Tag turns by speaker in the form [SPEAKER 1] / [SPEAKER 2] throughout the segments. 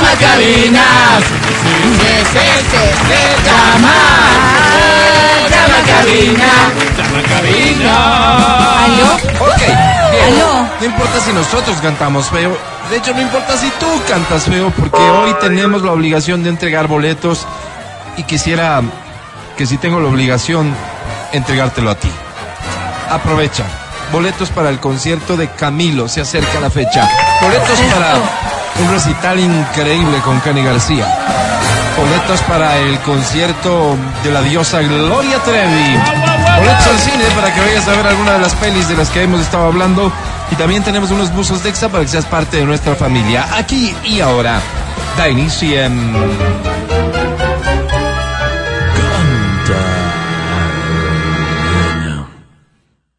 [SPEAKER 1] Macabinas. Llama, llama cabina, llama cabina.
[SPEAKER 2] ¿Aló?
[SPEAKER 3] Ok. bien.
[SPEAKER 2] ¿Aló?
[SPEAKER 3] No importa si nosotros cantamos feo. De hecho, no importa si tú cantas feo, porque hoy tenemos la obligación de entregar boletos y quisiera que si tengo la obligación, entregártelo a ti. Aprovecha. Boletos para el concierto de Camilo, se acerca la fecha. Boletos para un recital increíble con Cani García. Boletos para el concierto de la diosa Gloria Trevi. Boletos al cine para que vayas a ver alguna de las pelis de las que hemos estado hablando. Y también tenemos unos buzos de extra para que seas parte de nuestra familia. Aquí y ahora da inicio en...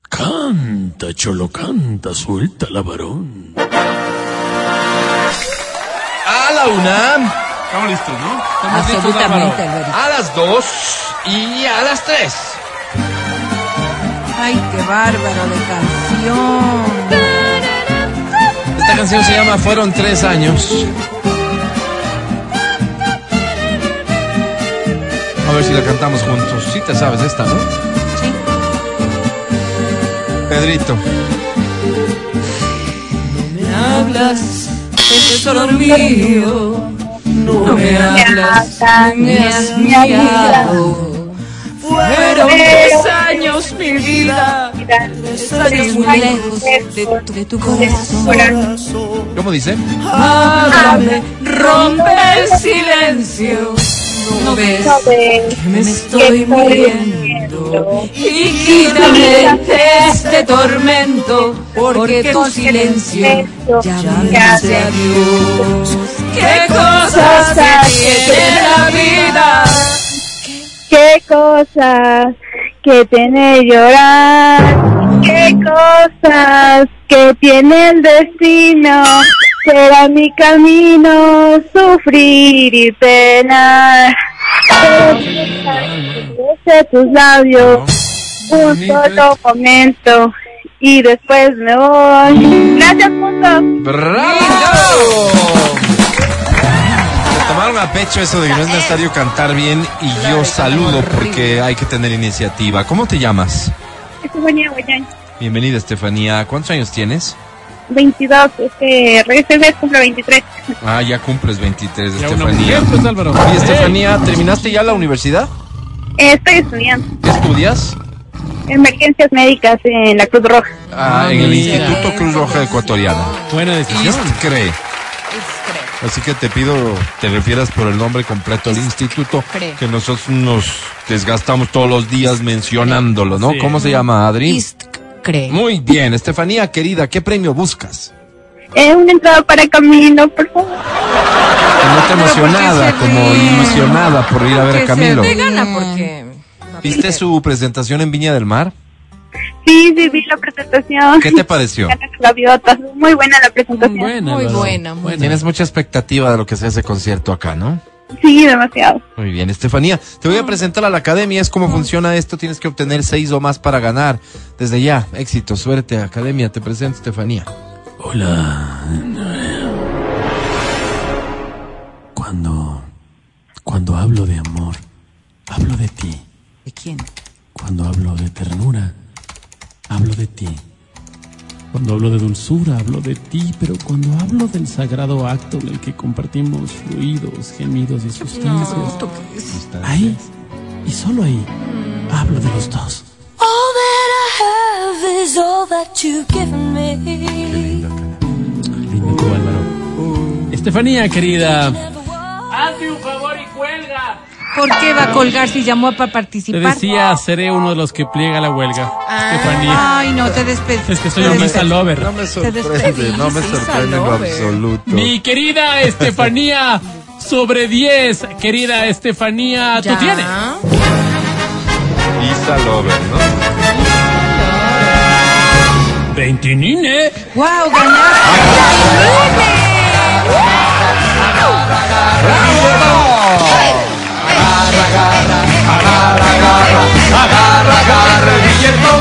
[SPEAKER 4] Canta, cholo, canta, suelta la varón.
[SPEAKER 3] a la una,
[SPEAKER 1] Estamos listos, ¿no?
[SPEAKER 2] Absolutamente, Alvarito.
[SPEAKER 3] a las dos y a las tres.
[SPEAKER 2] Ay, qué bárbaro de canción.
[SPEAKER 3] Esta canción se llama Fueron tres años. A ver si la cantamos juntos. Si te sabes esta, ¿no?
[SPEAKER 2] Sí.
[SPEAKER 3] Pedrito.
[SPEAKER 2] Hablas, este tesoro mío. No me hablas, me has mirado. Fueron tres años mi vida. Tres años muy lejos de, de tu corazón.
[SPEAKER 3] ¿Cómo dice?
[SPEAKER 2] Háblame, rompe el silencio. No ves que me estoy muriendo. Y quítame este tormento, porque tu silencio ya me hace a Dios. Qué cosas que tiene la vida.
[SPEAKER 5] Qué cosas que tiene llorar, qué cosas que tiene el destino. Será mi camino sufrir y penar. Desde tus labios, un solo momento y después me voy. Gracias, punto.
[SPEAKER 3] ¡Bravo! Se tomaron a pecho eso de que no es necesario cantar bien y yo saludo porque hay que tener iniciativa. ¿Cómo te llamas?
[SPEAKER 5] Estefanía Guayán,
[SPEAKER 3] Bienvenida, Estefanía. ¿Cuántos años tienes?
[SPEAKER 5] 22, este, este mes cumple 23.
[SPEAKER 3] Ah, ya cumples 23,
[SPEAKER 1] Ya una
[SPEAKER 3] Estefanía.
[SPEAKER 1] mujer, pues, Álvaro.
[SPEAKER 3] Oye, Estefanía, ¿terminaste ya la universidad?
[SPEAKER 5] Eh, Estoy estudiando
[SPEAKER 3] ¿Qué estudias?
[SPEAKER 5] emergencias médicas en la Cruz Roja.
[SPEAKER 3] Ah,
[SPEAKER 1] Ah,
[SPEAKER 3] en el
[SPEAKER 1] mira.
[SPEAKER 3] Instituto Cruz Roja Ecuatoriana.
[SPEAKER 1] Buena decisión.
[SPEAKER 3] ISCRE. Así que te pido, te refieras por el nombre completo del instituto,
[SPEAKER 2] ISCRE.
[SPEAKER 3] que nosotros nos desgastamos todos los días mencionándolo, ¿no?
[SPEAKER 1] Sí.
[SPEAKER 3] ¿Cómo se llama, Adri?
[SPEAKER 2] Ist cree.
[SPEAKER 3] Muy bien, Estefanía, querida, ¿qué premio buscas?
[SPEAKER 5] Es una entrada para Camilo, por favor.
[SPEAKER 3] Que no te emocionada,
[SPEAKER 2] se
[SPEAKER 3] como
[SPEAKER 2] ríe?
[SPEAKER 3] ilusionada por ir a ver a Camilo.
[SPEAKER 2] gana porque.
[SPEAKER 3] ¿Viste su presentación en Viña del Mar?
[SPEAKER 5] Sí, sí, vi la presentación.
[SPEAKER 3] ¿Qué te pareció?
[SPEAKER 5] Ganas gaviotas. Muy buena la presentación.
[SPEAKER 1] Buena,
[SPEAKER 2] Muy
[SPEAKER 1] Álvaro.
[SPEAKER 2] buena, muy
[SPEAKER 3] Tienes mucha expectativa de lo que sea ese concierto acá, ¿no?
[SPEAKER 5] Sí, demasiado.
[SPEAKER 3] Muy bien, Estefanía. Te voy a presentar a la academia. Es cómo funciona esto. Tienes que obtener seis o más para ganar. Desde ya, éxito, suerte, academia. Te presento, Estefanía.
[SPEAKER 4] Hola. Cuando. Cuando hablo de amor, hablo de ti.
[SPEAKER 2] ¿De quién?
[SPEAKER 4] Cuando hablo de ternura, hablo de ti. Cuando hablo de dulzura, hablo de ti, pero cuando hablo del sagrado acto en el que compartimos fluidos, gemidos y sustancias, ahí y solo ahí, hablo de los dos.
[SPEAKER 6] All that I have is all that you've given me.
[SPEAKER 4] Lindo tú, Álvaro. Estefanía, querida,
[SPEAKER 2] ¿Por qué va a colgar si llamó para
[SPEAKER 4] te
[SPEAKER 2] participar?
[SPEAKER 4] decía, seré uno de los que pliega la huelga.
[SPEAKER 2] Ah.
[SPEAKER 4] Estefanía,
[SPEAKER 2] Ay, no, te despedí.
[SPEAKER 4] es que soy un Insta lover.
[SPEAKER 3] me
[SPEAKER 2] despedí, sí, Salover.
[SPEAKER 3] absoluto.
[SPEAKER 4] Mi querida Estefanía, sobre 10, querida Estefanía, tú
[SPEAKER 2] Ya.
[SPEAKER 4] tienes.
[SPEAKER 3] Isa Lover, ¿no?
[SPEAKER 4] 20 nine.
[SPEAKER 2] ¡Wow! ¡Ganaste!
[SPEAKER 3] Agarra, agarra, agarra, agarra, el billete.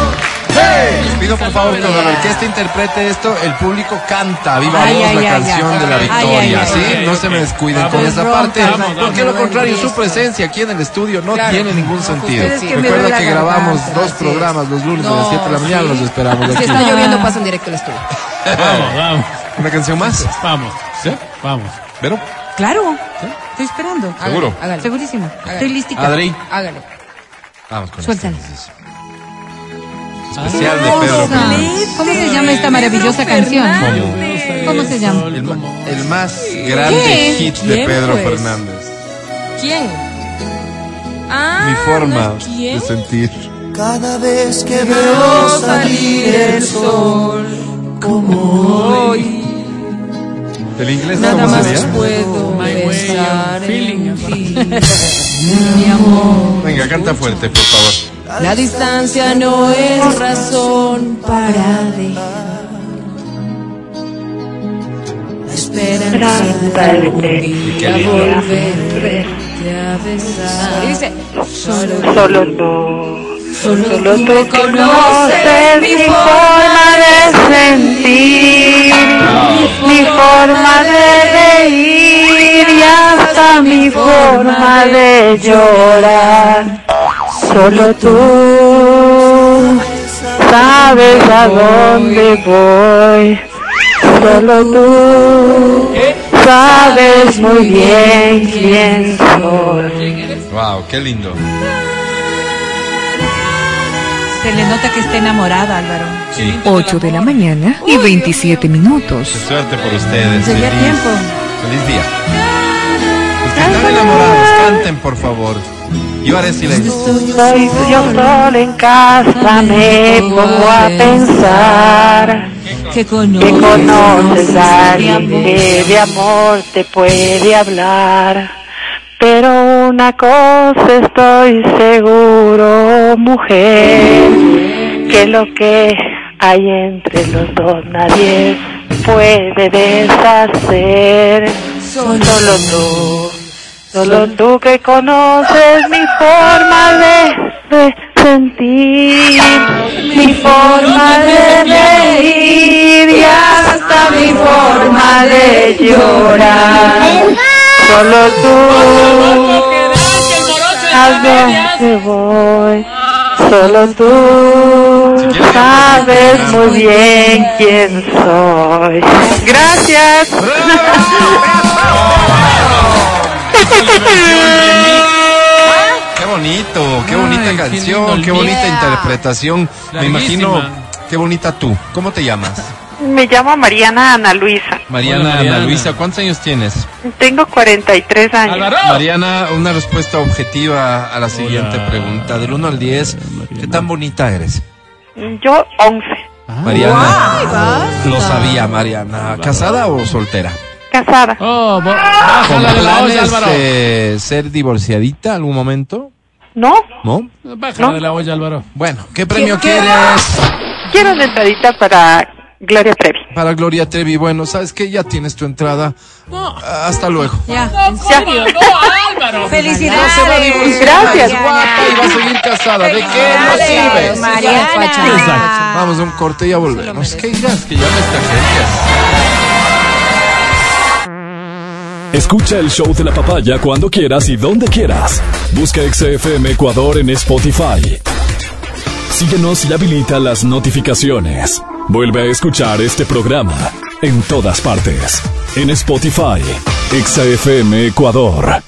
[SPEAKER 3] ¡Hey! pido por favor que cuando la orquesta interprete esto, el público canta viva
[SPEAKER 2] Ay,
[SPEAKER 3] voz
[SPEAKER 2] ay,
[SPEAKER 3] la
[SPEAKER 2] ay,
[SPEAKER 3] canción
[SPEAKER 2] ay.
[SPEAKER 3] de la
[SPEAKER 2] Ay,
[SPEAKER 3] victoria,
[SPEAKER 2] ay,
[SPEAKER 3] ¿sí?
[SPEAKER 1] ay,
[SPEAKER 3] no
[SPEAKER 1] ok.
[SPEAKER 3] se me descuiden
[SPEAKER 1] Vamos,
[SPEAKER 3] con esa
[SPEAKER 2] rompan,
[SPEAKER 3] parte,
[SPEAKER 2] vamos,
[SPEAKER 3] porque lo
[SPEAKER 2] vamos.
[SPEAKER 3] contrario, su
[SPEAKER 2] Esto.
[SPEAKER 3] presencia aquí en el estudio no
[SPEAKER 2] Claro.
[SPEAKER 3] tiene ningún sentido.
[SPEAKER 2] ustedes que me duele
[SPEAKER 3] Recuerda
[SPEAKER 2] la
[SPEAKER 3] que grabamos
[SPEAKER 2] garganta,
[SPEAKER 3] dos
[SPEAKER 2] así es.
[SPEAKER 3] programas los lunes a las
[SPEAKER 7] No,
[SPEAKER 3] 7 de la mañana,
[SPEAKER 7] sí.
[SPEAKER 3] los esperamos
[SPEAKER 7] Si
[SPEAKER 3] aquí.
[SPEAKER 7] está lloviendo, pasan directo al estudio.
[SPEAKER 4] Vamos, vamos,
[SPEAKER 3] ¿Una canción más?
[SPEAKER 4] vamos.
[SPEAKER 3] ¿Sí?
[SPEAKER 4] Vamos.
[SPEAKER 3] ¿Pero?
[SPEAKER 2] Claro. Estoy esperando.
[SPEAKER 7] Hágale,
[SPEAKER 3] Seguro.
[SPEAKER 7] Hágale.
[SPEAKER 2] Segurísima. Estoy listita.
[SPEAKER 3] Adri,
[SPEAKER 7] Hágale.
[SPEAKER 3] vamos con
[SPEAKER 2] Suéltala.
[SPEAKER 3] esto. Especial de Pedro
[SPEAKER 2] Hermosa.
[SPEAKER 3] Fernández.
[SPEAKER 2] ¿Cómo se llama esta maravillosa canción? ¿Cómo se llama?
[SPEAKER 3] El, ma- el más grande
[SPEAKER 7] ¿Qué?
[SPEAKER 3] hit de
[SPEAKER 7] Bien,
[SPEAKER 3] Pedro
[SPEAKER 7] pues.
[SPEAKER 3] Fernández.
[SPEAKER 7] ¿Quién? Ah,
[SPEAKER 3] Mi forma
[SPEAKER 7] ¿quién?
[SPEAKER 3] de sentir.
[SPEAKER 8] Cada vez que veo salir el sol,
[SPEAKER 3] ¿El inglés
[SPEAKER 7] Nada
[SPEAKER 3] cómo
[SPEAKER 7] más
[SPEAKER 3] sería?
[SPEAKER 7] puedo
[SPEAKER 4] way of
[SPEAKER 7] pensar en
[SPEAKER 4] feeling.
[SPEAKER 7] ti.
[SPEAKER 3] Venga, canta fuerte, por favor.
[SPEAKER 7] La distancia no es razón para dejar. La esperanza de algún día volverte a besar. Dice, solo,
[SPEAKER 5] Solo tú,
[SPEAKER 7] solo,
[SPEAKER 5] solo
[SPEAKER 7] tú
[SPEAKER 5] tú conoces mi forma de sentir, mi forma de reír y hasta mi forma de llorar. Solo tú sabes a dónde voy. Solo tú sabes muy bien quién soy.
[SPEAKER 3] Wow, qué lindo.
[SPEAKER 2] Se le nota que está enamorada, Álvaro.
[SPEAKER 3] Sí.
[SPEAKER 9] 8 de la mañana y 27
[SPEAKER 3] Qué
[SPEAKER 9] minutos.
[SPEAKER 3] suerte por ustedes.
[SPEAKER 2] Llegué a
[SPEAKER 3] Feliz,
[SPEAKER 2] tiempo.
[SPEAKER 3] feliz día. Los que están enamorados, canten, por favor. Yo haré silencio.
[SPEAKER 5] Soy yo solo en casa, me pongo a pensar
[SPEAKER 2] Que conoce.
[SPEAKER 5] que conoces a alguien que de amor te puede hablar. Pero una cosa estoy seguro, mujer, que lo que hay entre los dos nadie puede deshacer. Solo tú, solo tú que conoces mi forma de, de sentir, mi forma de reír y hasta mi forma de llorar. Solo tú
[SPEAKER 2] Ah,
[SPEAKER 5] sabes que voy, solo tú sabes muy bien quién soy. Gracias.
[SPEAKER 3] Qué bonito, qué bonita
[SPEAKER 4] Ay, qué lindo
[SPEAKER 3] canción,
[SPEAKER 4] el
[SPEAKER 3] qué bonita
[SPEAKER 7] día.
[SPEAKER 3] interpretación. Me
[SPEAKER 4] Larguísima.
[SPEAKER 3] imagino, qué bonita tú. ¿Cómo te llamas?
[SPEAKER 5] Me llamo Mariana Ana Luisa.
[SPEAKER 3] Mariana,
[SPEAKER 4] Hola, Mariana.
[SPEAKER 3] Ana Luisa, ¿cuántos años tienes?
[SPEAKER 5] Tengo 43 años.
[SPEAKER 3] Mariana, una respuesta objetiva a la siguiente
[SPEAKER 4] Hola.
[SPEAKER 3] pregunta. Del 1 al 10, ¿qué tan bonita eres?
[SPEAKER 5] Yo 11.
[SPEAKER 4] Ah.
[SPEAKER 3] Mariana. Lo sabía, Mariana. ¿Casada o soltera?
[SPEAKER 5] Casada.
[SPEAKER 4] Oh, bo-
[SPEAKER 3] ¿Con
[SPEAKER 4] bájala de la olla,
[SPEAKER 3] planes eh,
[SPEAKER 4] Álvaro.
[SPEAKER 3] de ser divorciadita algún momento?
[SPEAKER 5] ¿No?
[SPEAKER 3] ¿No?
[SPEAKER 4] Bájala de la olla, Álvaro.
[SPEAKER 3] Bueno, ¿qué premio
[SPEAKER 5] qué-
[SPEAKER 3] quieres?
[SPEAKER 5] Quiero una entradita para Gloria Trevi.
[SPEAKER 3] Para Gloria Trevi. Bueno, ¿sabes qué? Ya tienes tu entrada. Hasta luego.
[SPEAKER 2] Ya. Felicidades.
[SPEAKER 3] No se va a divorciar.
[SPEAKER 5] Gracias.
[SPEAKER 3] Es guapa y va a seguir casada. ¿De qué nos
[SPEAKER 7] Felicidades,
[SPEAKER 3] sirve?
[SPEAKER 7] Mariana.
[SPEAKER 3] Exacto. Vamos a un corte y ya volvemos. ¿Qué irás? Que ya me está gente.
[SPEAKER 10] Escucha el show de la papaya cuando quieras y donde quieras. Busca XFM Ecuador en Spotify. Síguenos y habilita las notificaciones. Vuelve a escuchar este programa en todas partes. En Spotify, XFM Ecuador.